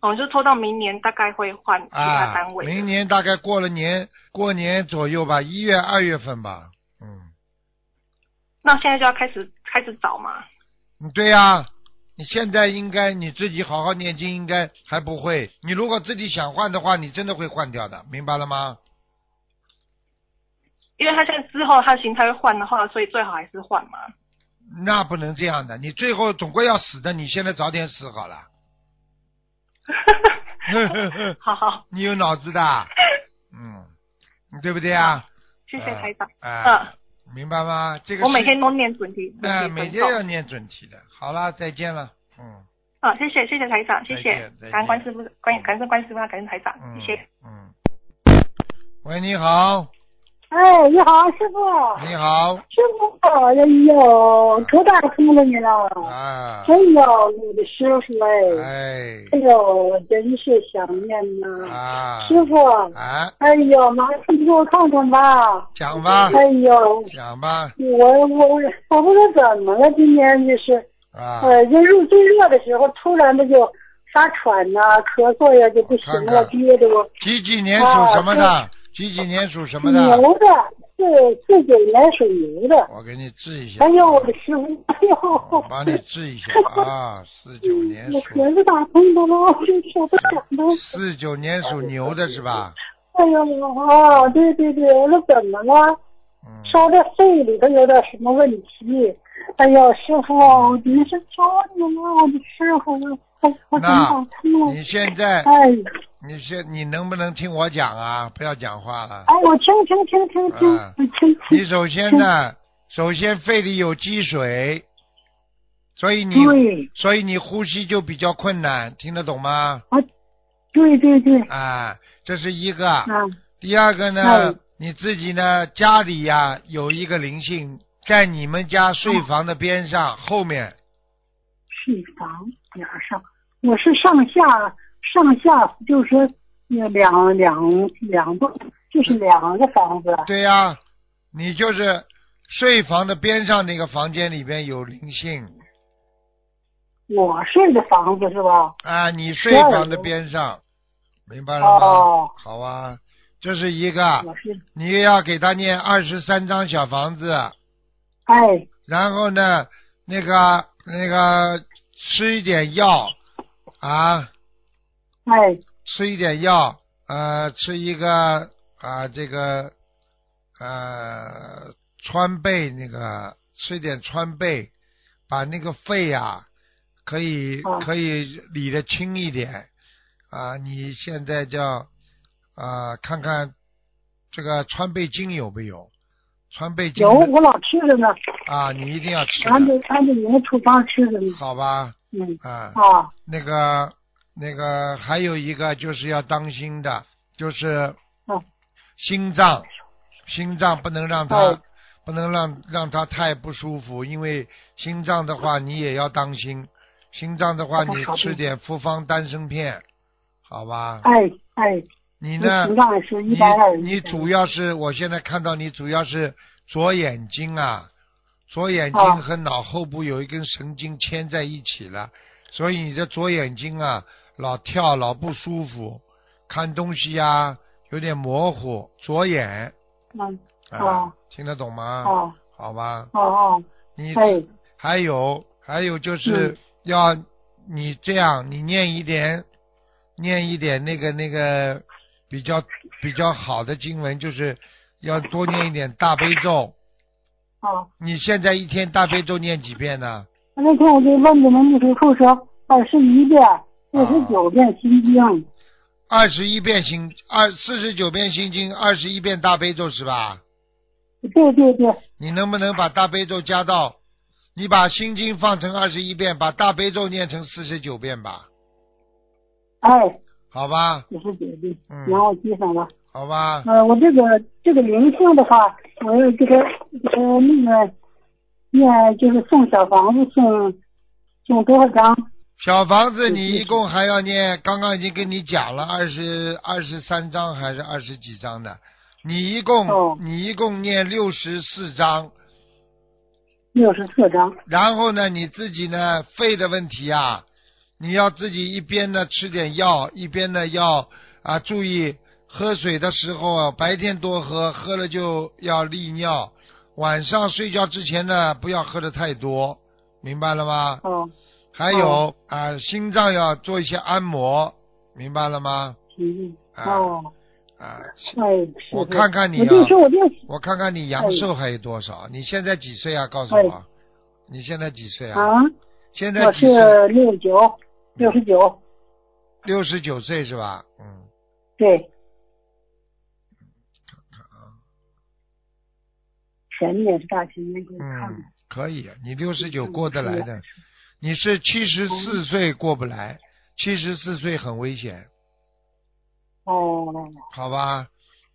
Speaker 5: 我就拖到明年，大概会换其他
Speaker 1: 啊
Speaker 5: 单，位。
Speaker 1: 明年大概过了年，过年左右吧，一月二月份吧。嗯
Speaker 5: 那现在就要开始开始找嘛？
Speaker 1: 嗯，对呀、你现在应该你自己好好念经，应该还不会。你如果自己想换的话，你真的会换掉的，明白了吗？
Speaker 5: 因为他现在之后他的形态会换的话，所以最好还是换嘛。
Speaker 1: 那不能这样的，你最后总归要死的，你现在早点死好了。
Speaker 5: 好好，
Speaker 1: 你有脑子 的，嗯，对不对啊？
Speaker 5: 谢谢台长。
Speaker 1: 啊，明白吗？这个
Speaker 5: 嗯我每
Speaker 1: 是
Speaker 5: 天都念准提，
Speaker 1: 哎，
Speaker 5: 准
Speaker 1: 每
Speaker 5: 提
Speaker 1: 天
Speaker 5: 神咒
Speaker 1: 要念准提的。好啦，再见了，嗯
Speaker 5: 啊，谢谢谢谢台长，谢
Speaker 1: 再
Speaker 5: 谢
Speaker 1: 见再见，
Speaker 5: 感恩观世不感感恩观世音菩萨，感恩台长，
Speaker 1: 嗯
Speaker 5: 谢谢。
Speaker 1: 嗯。喂，你好，
Speaker 6: 哎，你好，师傅，
Speaker 1: 你好
Speaker 6: 师傅，哎呦，可打通了你了，
Speaker 1: 啊，
Speaker 6: 哎呦，你的师傅哎，
Speaker 1: 哎
Speaker 6: 哎呦，我真是想念呐，
Speaker 1: 啊
Speaker 6: 师傅，
Speaker 1: 啊，
Speaker 6: 哎呦，麻烦你给我看看吧，
Speaker 1: 讲吧
Speaker 6: 哎呦，
Speaker 1: 讲吧
Speaker 6: 我我我不知道怎么了，今天就是，
Speaker 1: 啊，
Speaker 6: 呃，就入最热的时候，突然的就发喘呐、咳嗽呀就不行了，
Speaker 1: 看看
Speaker 6: 憋的我，
Speaker 1: 几几年属什么的？几几年属什么的？
Speaker 6: 牛的，四四九年属牛的，
Speaker 1: 我给你治一下。
Speaker 6: 哎呦，我的师傅，哎
Speaker 1: 我
Speaker 6: 呦。
Speaker 1: 帮你治一下啊，四九年
Speaker 6: 我
Speaker 1: 属
Speaker 6: 盒子打通的了，我真舍不得呢。
Speaker 1: 四九年属牛的是吧？
Speaker 6: 哎呦，哦，对对对，我说怎么了？
Speaker 1: 嗯，
Speaker 6: 说这肺里头有点什么问题，哎呦，师傅，您是救了我的师傅，我我真
Speaker 1: 那
Speaker 6: 想哭了。
Speaker 1: 你现在
Speaker 6: 哎，
Speaker 1: 你现你能不能听我讲啊？不要讲话了。
Speaker 6: 哎，我听听听听听，
Speaker 1: 啊
Speaker 6: 我听
Speaker 1: 你
Speaker 6: 听。
Speaker 1: 首先呢，首先肺里有积水，所以你
Speaker 6: 对，
Speaker 1: 所以你呼吸就比较困难，听得懂吗？
Speaker 6: 啊，对对对，
Speaker 1: 啊，这是一个。
Speaker 6: 啊，
Speaker 1: 第二个呢
Speaker 6: 哎，
Speaker 1: 你自己呢，家里呀、有一个灵性在你们家睡房的边上、后面，
Speaker 6: 睡房边儿上，我是上下上下，就是说那两两两栋，就是两个房子。
Speaker 1: 对呀、你就是睡房的边上那个房间里边有灵性
Speaker 6: 我睡的房子是吧？
Speaker 1: 啊，你睡房的边上，明白了吗？
Speaker 6: 哦，
Speaker 1: 好啊，这是一个，
Speaker 6: 我是
Speaker 1: 你要给他念二十三张小房子，
Speaker 6: 哎，
Speaker 1: 然后呢，那个那个吃一点药啊，
Speaker 6: 哎，
Speaker 1: 吃一点药，呃，吃一个啊、这个呃川贝那个吃一点川贝，把那个肺啊可以
Speaker 6: 哦
Speaker 1: 可以理得清一点啊、你现在叫啊、看看这个川贝精有没有？川贝精
Speaker 6: 有我老吃着呢，
Speaker 1: 啊，你一定要吃
Speaker 6: 按
Speaker 1: 的，
Speaker 6: 照按照你们处方吃着呢。
Speaker 1: 好吧？
Speaker 6: 嗯，
Speaker 1: 啊、
Speaker 6: 啊，
Speaker 1: 那个那个还有一个就是要当心的，就是
Speaker 6: 嗯
Speaker 1: 心脏，心脏不能让它、
Speaker 6: 哦
Speaker 1: 不能让让它太不舒服，因为心脏的话你也要当心，心脏的话
Speaker 6: 哦好的
Speaker 1: 你
Speaker 6: 好的
Speaker 1: 吃点复方丹参片，好吧？
Speaker 6: 哎哎，
Speaker 1: 你
Speaker 6: 你
Speaker 1: 呢？
Speaker 6: 心脏也是一
Speaker 1: 你
Speaker 6: 百二十。
Speaker 1: 你主要是我现在看到你主要是左眼睛啊，左眼
Speaker 6: 哦
Speaker 1: 睛和脑后部有一根神经牵在一起了，所以你的左眼睛啊老跳老不舒服，看东西呀、有点模糊，左眼
Speaker 6: 嗯，
Speaker 1: 啊、
Speaker 6: 哦
Speaker 1: 听得懂吗？
Speaker 6: 哦
Speaker 1: 好吧，
Speaker 6: 哦哦，
Speaker 1: 啊你
Speaker 6: 哎，
Speaker 1: 还有还有就是要你这样，你念一点，念一点那个那个比较比较好的经文，就是要多念一点大悲咒。
Speaker 6: 哦。
Speaker 1: 你现在一天大悲咒念几遍呢？
Speaker 6: 那天我就问你们秘书处说，二十一遍、
Speaker 1: 啊
Speaker 6: 四十九遍心经，
Speaker 1: 二十一遍心二四十九遍心经，二十一遍大悲咒是吧？
Speaker 6: 对对对，
Speaker 1: 你能不能把大悲咒加到？你把心经放成二十一遍，把大悲咒念成四十九遍吧，
Speaker 6: 哎，
Speaker 1: 好吧，
Speaker 6: 四十九遍，
Speaker 1: 嗯
Speaker 6: 然后记上了。
Speaker 1: 好吧，
Speaker 6: 呃，我这个这个灵性的话，我有这个呃那个念就是送小房子送送多少张？
Speaker 1: 小房子，
Speaker 6: 嗯
Speaker 1: 你一共还要念，刚刚已经跟你讲了二十二十三章还是二十几章的，你一共、
Speaker 6: 哦
Speaker 1: 你一共念六十四章，
Speaker 6: 六十四张。
Speaker 1: 然后呢，你自己呢肺的问题啊，你要自己一边呢吃点药，一边呢要啊注意喝水的时候啊，白天多喝，喝了就要利尿，晚上睡觉之前呢不要喝的太多，明白了吗？
Speaker 6: 哦，
Speaker 1: 还有啊、心脏要做一些按摩，明白了吗？
Speaker 6: 嗯，
Speaker 1: 啊
Speaker 6: 哦，
Speaker 1: 啊、
Speaker 6: 哎，是
Speaker 1: 我
Speaker 6: 是
Speaker 1: 看看你
Speaker 6: 我
Speaker 1: 啊
Speaker 6: 就说我这个
Speaker 1: 我看看你阳寿还有多少？你现在几岁啊？告诉
Speaker 6: 哎
Speaker 1: 我，你现在几岁啊？
Speaker 6: 啊，
Speaker 1: 现在
Speaker 6: 我
Speaker 1: 几岁？嗯
Speaker 6: 是六九六十九，
Speaker 1: 六十九岁是吧？嗯，
Speaker 6: 对。
Speaker 1: 嗯
Speaker 6: 前年是大前年给我看
Speaker 1: 嗯
Speaker 6: 看，，
Speaker 1: 可以，你六十
Speaker 6: 嗯
Speaker 1: 九过得来
Speaker 6: 啊
Speaker 1: 的，你是七十四岁过不来，七十四岁很危险，
Speaker 6: 哦，
Speaker 1: 好吧？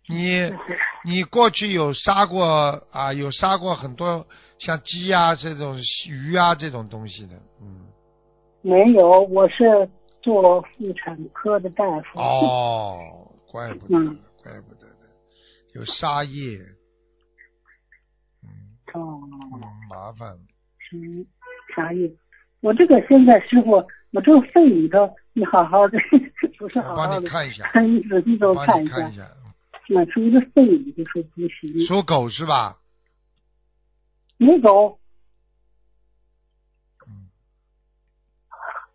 Speaker 1: 你
Speaker 6: 是是
Speaker 1: 你过去有杀过啊，有杀过很多像鸡啊这种鱼啊这种东西的，嗯。
Speaker 6: 没有，我是做妇产科的大夫。
Speaker 1: 哦，怪不得，
Speaker 6: 嗯
Speaker 1: 怪不得的，有沙叶，
Speaker 6: 哦，
Speaker 1: 嗯，麻烦。
Speaker 6: 行，啥意思？我这个现在师傅，我这个肺里头，你好好的， 不是
Speaker 1: 我
Speaker 6: 好好
Speaker 1: 帮你
Speaker 6: 的，
Speaker 1: 看一下，
Speaker 6: 你仔细给
Speaker 1: 我
Speaker 6: 我
Speaker 1: 帮
Speaker 6: 看
Speaker 1: 你
Speaker 6: 一
Speaker 1: 看
Speaker 6: 下
Speaker 1: 一，下。
Speaker 6: 那出一个肺里就说不行，
Speaker 1: 属狗是吧？
Speaker 6: 没走，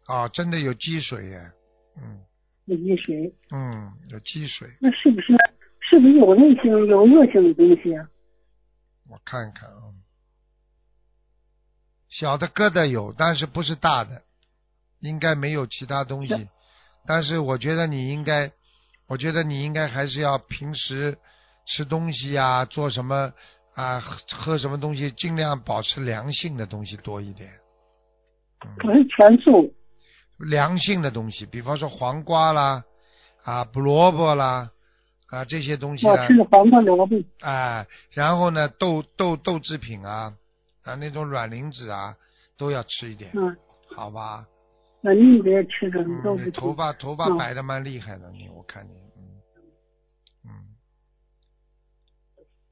Speaker 1: 啊，真的有积水耶，嗯
Speaker 6: 那积水，
Speaker 1: 嗯，有积水，
Speaker 6: 那是不是是不是有那些有恶性的东西啊？
Speaker 1: 我看看啊。小的疙瘩有，但是不是大的，应该没有其他东西。但是我觉得你应该，我觉得你应该还是要平时吃东西呀、做什么啊、喝喝什么东西，尽量保持良性的东西多一点。
Speaker 6: 可是全素，
Speaker 1: 良性的东西，比方说黄瓜啦，啊，胡萝卜啦，啊这些东西
Speaker 6: 我
Speaker 1: 呢，
Speaker 6: 吃的黄瓜萝卜，
Speaker 1: 哎，然后呢，豆豆豆制品啊，啊那种卵磷脂啊，都要吃一点，
Speaker 6: 嗯，
Speaker 1: 好吧？
Speaker 6: 我一直吃的
Speaker 1: 嗯，
Speaker 6: 都不
Speaker 1: 你
Speaker 6: 吃。
Speaker 1: 头发头发
Speaker 6: 嗯
Speaker 1: 白的蛮厉害的，你我看你，嗯嗯，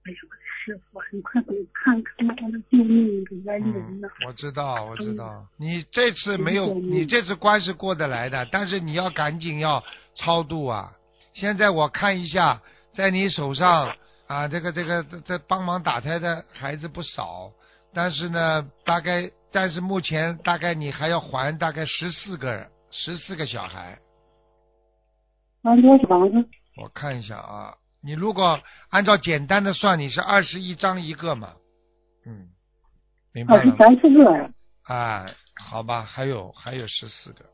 Speaker 6: 哎呦，师傅，你快给我看看我的救命给外人呐！
Speaker 1: 嗯我知道我知道，你这次没有，
Speaker 6: 嗯
Speaker 1: 你这次关是过得来的，但是你要赶紧要超度啊！现在我看一下，在你手上啊，这个这个这这帮忙打胎的孩子不少，但是呢，大概但是目前大概你还要还大概十四个十四个小孩，
Speaker 6: 完多少房子？
Speaker 1: 我看一下啊，你如果按照简单的算，你是二十一张一个嘛，嗯，明
Speaker 6: 二
Speaker 1: 白了
Speaker 6: 十
Speaker 1: 吗。
Speaker 6: 哦三四个呀。
Speaker 1: 啊，好吧，还有还有十四个，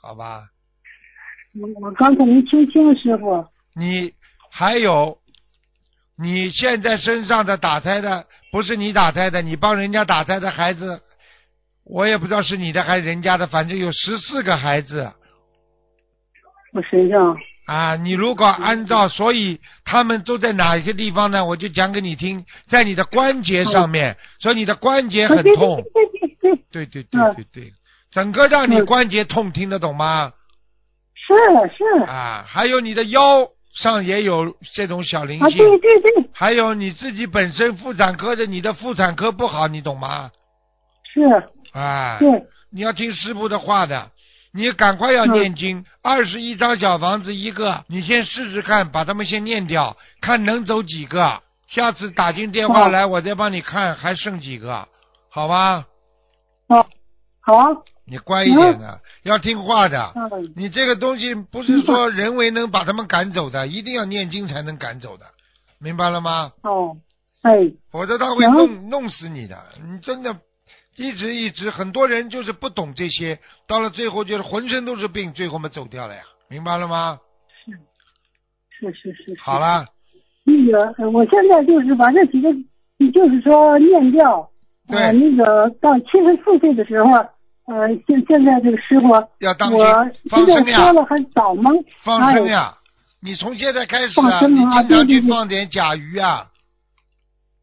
Speaker 1: 好吧，
Speaker 6: 我我刚才没听清师傅。
Speaker 1: 你还有，你现在身上的打胎的不是你打胎的，你帮人家打胎的孩子，我也不知道是你的还是人家的，反正有十四个孩子
Speaker 6: 我身上
Speaker 1: 啊。你如果按照，所以他们都在哪一个地方呢？我就讲给你听，在你的关节上面，所以你的关节很痛，
Speaker 6: 啊
Speaker 1: 对
Speaker 6: 对对对对，
Speaker 1: 对对对对，整个让你关节痛，听得懂吗？
Speaker 6: 是是
Speaker 1: 啊，还有你的腰上也有这种小灵
Speaker 6: 啊，
Speaker 1: 性，
Speaker 6: 对对对，
Speaker 1: 还有你自己本身妇产科的，你的妇产科不好，你懂吗？
Speaker 6: 是
Speaker 1: 啊，
Speaker 6: 对，
Speaker 1: 你要听师傅的话的，你赶快要念
Speaker 6: 嗯
Speaker 1: 经，二十一张小房子一个，你先试试看，把他们先念掉，看能走几个。下次打进电话
Speaker 6: 好
Speaker 1: 来，我再帮你看还剩几个，好吧？哎
Speaker 6: 好，哦好，
Speaker 1: 你乖一点的，要听话的。
Speaker 6: 嗯，
Speaker 1: 你这个东西不是说人为能把他们赶走的，一定要念经才能赶走的，明白了吗？
Speaker 6: 好，哎，
Speaker 1: 否则他会
Speaker 6: 然后
Speaker 1: 弄弄死你的。你真的一直一直，很多人就是不懂这些，到了最后就是浑身都是病，最后嘛走掉了呀，明白了吗？
Speaker 6: 是是是，是
Speaker 1: 好，啦，
Speaker 6: 那个呃我现在就是把这几个，就是说念掉，呃，
Speaker 1: 对
Speaker 6: 那个到七十四岁的时候，呃，现现在这个师傅，
Speaker 1: 要当心
Speaker 6: 我
Speaker 1: 放
Speaker 6: 现在
Speaker 1: 生
Speaker 6: 说
Speaker 1: 呀，
Speaker 6: 了还早吗？
Speaker 1: 放生呀！你从现在开始
Speaker 6: 放
Speaker 1: 啊，
Speaker 6: 生
Speaker 1: 你
Speaker 6: 啊
Speaker 1: 经常
Speaker 6: 对对
Speaker 1: 去
Speaker 6: 对
Speaker 1: 放点甲鱼啊，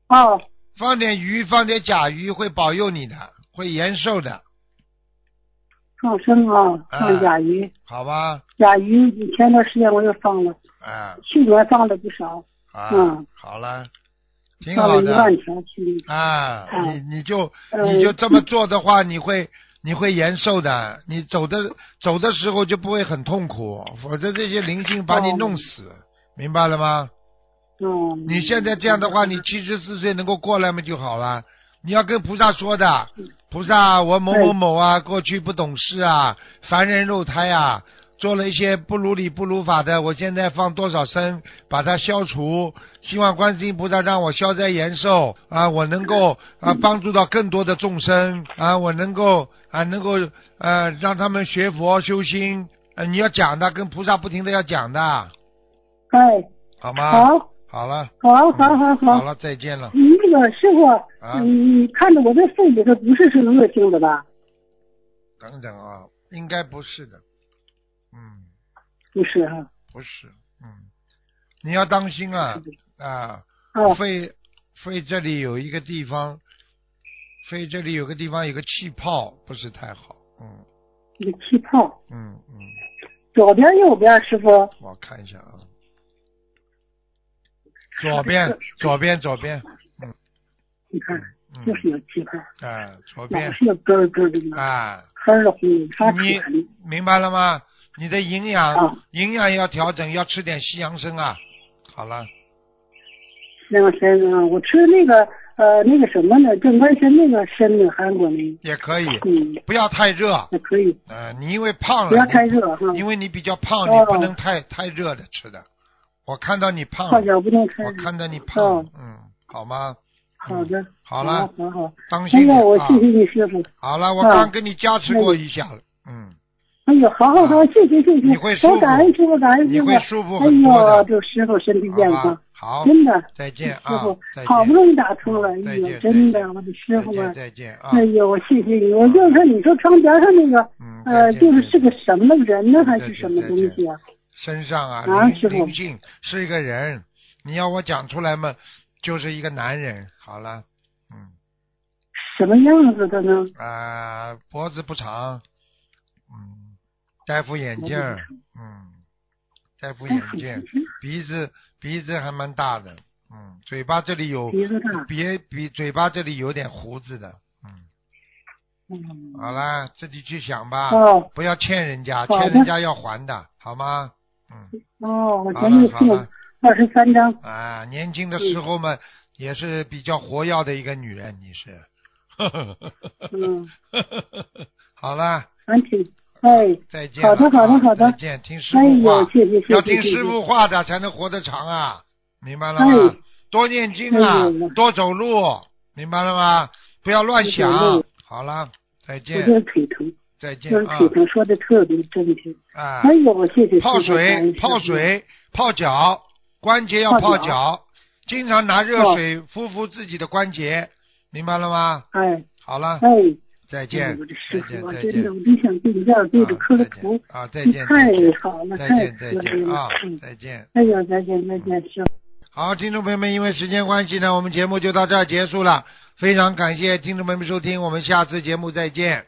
Speaker 6: 哎，哦，
Speaker 1: 放点鱼，放点甲鱼会保佑你的，会延寿的，
Speaker 6: 放生啊，放
Speaker 1: 哎
Speaker 6: 甲鱼，
Speaker 1: 好吧？
Speaker 6: 甲鱼前段时间我又放了，
Speaker 1: 啊
Speaker 6: 去年放了不少，
Speaker 1: 啊，
Speaker 6: 嗯
Speaker 1: 好了，挺
Speaker 6: 放
Speaker 1: 好
Speaker 6: 了一
Speaker 1: 的。
Speaker 6: 万条去年。
Speaker 1: 啊，你
Speaker 6: 嗯
Speaker 1: 你就
Speaker 6: 嗯
Speaker 1: 你就这么做的话，你会你会延寿的。你走的走的时候就不会很痛苦，否则这些灵性把你
Speaker 6: 哦
Speaker 1: 弄死，明白了吗？
Speaker 6: 哦，
Speaker 1: 你现在这样的话，
Speaker 6: 嗯
Speaker 1: 你七十四岁能够过来嘛就好了。你要跟菩萨说的，菩萨，我某某某啊，过去不懂事啊，凡人肉胎啊，做了一些不如理不如法的，我现在放多少生把它消除，希望观世音菩萨让我消灾延寿啊，我能够啊帮助到更多的众生啊，我能够啊能够呃让他们学佛修心，呃你要讲的，跟菩萨不停的要讲的，
Speaker 6: 哎，
Speaker 1: 好吗？
Speaker 6: 好，
Speaker 1: 好了，
Speaker 6: 好，好，好，
Speaker 1: 啊 好
Speaker 6: 好。
Speaker 1: 了，再见了。
Speaker 6: 你那个师傅，
Speaker 1: 啊
Speaker 6: 你你看着我这肺里头不是是恶性的吧？
Speaker 1: 等等啊，应该不是的，嗯，
Speaker 6: 不是哈。
Speaker 1: 不是，嗯，你要当心啊啊，
Speaker 6: 哦，
Speaker 1: 肺肺这里有一个地方，肺这里有个地方有个气泡，不是太好，嗯
Speaker 6: 这个气泡，
Speaker 1: 嗯嗯，
Speaker 6: 左边右边，师傅。
Speaker 1: 我看一下啊，左边左边左边，
Speaker 6: 你看，
Speaker 1: 嗯
Speaker 6: 就是有气泡，
Speaker 1: 啊左
Speaker 6: 老
Speaker 1: 边
Speaker 6: 是有咯咯咯的呢，
Speaker 1: 啊，
Speaker 6: 黑了乎，发
Speaker 1: 你
Speaker 6: 喘。
Speaker 1: 明白了吗？你的营养
Speaker 6: 啊
Speaker 1: 营养要调整，要吃点西洋参啊。好了，
Speaker 6: 那个参啊，我吃那个呃那个什么呢？正官参那个参呢，韩国那个，
Speaker 1: 也可以，
Speaker 6: 嗯，
Speaker 1: 不要太热。
Speaker 6: 那可以，
Speaker 1: 呃，你因为胖了，
Speaker 6: 不要太
Speaker 1: 你
Speaker 6: 热哈。
Speaker 1: 因为你比较胖，
Speaker 6: 哦
Speaker 1: 你不能太太热的吃的。我看到你胖
Speaker 6: 泡
Speaker 1: 了，
Speaker 6: 脚不能开
Speaker 1: 我
Speaker 6: 热。
Speaker 1: 看到你胖了
Speaker 6: 哦，
Speaker 1: 嗯，好吗？
Speaker 6: 好的，
Speaker 1: 好了
Speaker 6: 很好，
Speaker 1: 当
Speaker 6: 哎
Speaker 1: 心
Speaker 6: 呀，
Speaker 1: 点
Speaker 6: 我
Speaker 1: 啊
Speaker 6: 谢谢你师傅，
Speaker 1: 好了，我
Speaker 6: 嗯
Speaker 1: 刚跟你加持过一下了，嗯，
Speaker 6: 哎呦，好好好，谢谢谢
Speaker 1: 啊你会
Speaker 6: 谢，
Speaker 1: 舒服
Speaker 6: 我感恩师傅，感恩
Speaker 1: 你
Speaker 6: 师傅，
Speaker 1: 会舒服很多
Speaker 6: 哎
Speaker 1: 的
Speaker 6: 呦，祝师傅身体健
Speaker 1: 好
Speaker 6: 康
Speaker 1: 吧，？好，
Speaker 6: 真的，
Speaker 1: 再
Speaker 6: 师
Speaker 1: 见啊
Speaker 6: 傅，，
Speaker 1: 再见，
Speaker 6: 好不容易打通了，哎
Speaker 1: 再
Speaker 6: 呦，
Speaker 1: 见，
Speaker 6: 真
Speaker 1: 再
Speaker 6: 的，
Speaker 1: 见
Speaker 6: 我的师傅
Speaker 1: 再见，
Speaker 6: 啊
Speaker 1: 再见啊，
Speaker 6: 哎呦，我谢谢你，我就是说，你说窗边上那个，
Speaker 1: 嗯，
Speaker 6: 呃，
Speaker 1: 再见
Speaker 6: 就是
Speaker 1: 再
Speaker 6: 是个
Speaker 1: 见
Speaker 6: 什么人呢，还
Speaker 1: 再
Speaker 6: 是
Speaker 1: 见
Speaker 6: 什么
Speaker 1: 再
Speaker 6: 东
Speaker 1: 见
Speaker 6: 西啊？
Speaker 1: 身上啊，
Speaker 6: 啊
Speaker 1: 灵
Speaker 6: 师傅
Speaker 1: 灵性是一个人，你要我讲出来嘛，就是一个男人。好了，嗯
Speaker 6: 什么样子的呢？
Speaker 1: 啊、脖子不长，嗯，戴副眼镜儿，嗯，戴
Speaker 6: 哎
Speaker 1: 副眼镜，鼻子鼻子还蛮大的，嗯，嘴巴这里有
Speaker 6: 鼻子大，
Speaker 1: 别鼻嘴巴这里有点胡子的，嗯，
Speaker 6: 嗯，
Speaker 1: 好啦，自己去想吧，
Speaker 6: 哦
Speaker 1: 不要欠人家，
Speaker 6: 好的
Speaker 1: 欠人家要还的，好吗？嗯，
Speaker 6: 哦，我
Speaker 1: 好
Speaker 6: 前
Speaker 1: 了
Speaker 6: 面
Speaker 1: 好了
Speaker 6: 是。二十三张，
Speaker 1: 啊，年轻的时候嘛，也是比较活跃的一个女人，你是。
Speaker 6: 嗯，
Speaker 1: 好啦，
Speaker 6: 俺挺，哎，
Speaker 1: 再见了
Speaker 6: 好
Speaker 1: 啊。
Speaker 6: 的好的好的
Speaker 1: 再见，听师
Speaker 6: 哎
Speaker 1: 傅
Speaker 6: 呦，
Speaker 1: 话，
Speaker 6: 谢谢谢谢，
Speaker 1: 要听
Speaker 6: 谢谢
Speaker 1: 师傅话的才能活得长啊，明白了
Speaker 6: 哎
Speaker 1: 吗？多念经啊
Speaker 6: 哎呦，
Speaker 1: 多走路，明白了吗？不要乱
Speaker 6: 多走
Speaker 1: 想
Speaker 6: 路。
Speaker 1: 好啦，再
Speaker 6: 我这
Speaker 1: 见，
Speaker 6: 个腿疼，
Speaker 1: 再
Speaker 6: 这
Speaker 1: 见
Speaker 6: 个
Speaker 1: 啊
Speaker 6: 腿疼说的特别正确。
Speaker 1: 啊！
Speaker 6: 哎呦，谢谢师傅
Speaker 1: 泡
Speaker 6: 感
Speaker 1: 水
Speaker 6: 恩，师
Speaker 1: 泡
Speaker 6: 傅
Speaker 1: 水，泡脚，关节要泡
Speaker 6: 泡脚哦
Speaker 1: 脚，经常拿热水敷敷自己的关节，明白了吗？
Speaker 6: 哎
Speaker 1: 好了，
Speaker 6: 哎，
Speaker 1: 再见
Speaker 6: 哎我这，师
Speaker 1: 再
Speaker 6: 傅
Speaker 1: 见，再
Speaker 6: 啊，真
Speaker 1: 见
Speaker 6: 的，，我真想对你这儿对着磕个头，
Speaker 1: 啊，再
Speaker 6: 你
Speaker 1: 见，
Speaker 6: 太
Speaker 1: 再见，
Speaker 6: 好了，
Speaker 1: 再
Speaker 6: 太
Speaker 1: 见，
Speaker 6: 可
Speaker 1: 再
Speaker 6: 以
Speaker 1: 见
Speaker 6: 了
Speaker 1: 啊，
Speaker 6: 嗯
Speaker 1: 再见。
Speaker 6: 哎呦，再见再见，师傅。
Speaker 1: 好，听众朋友们，因为时间关系呢，我们节目就到这儿结束了。非常感谢听众朋友们收听，我们下次节目再见。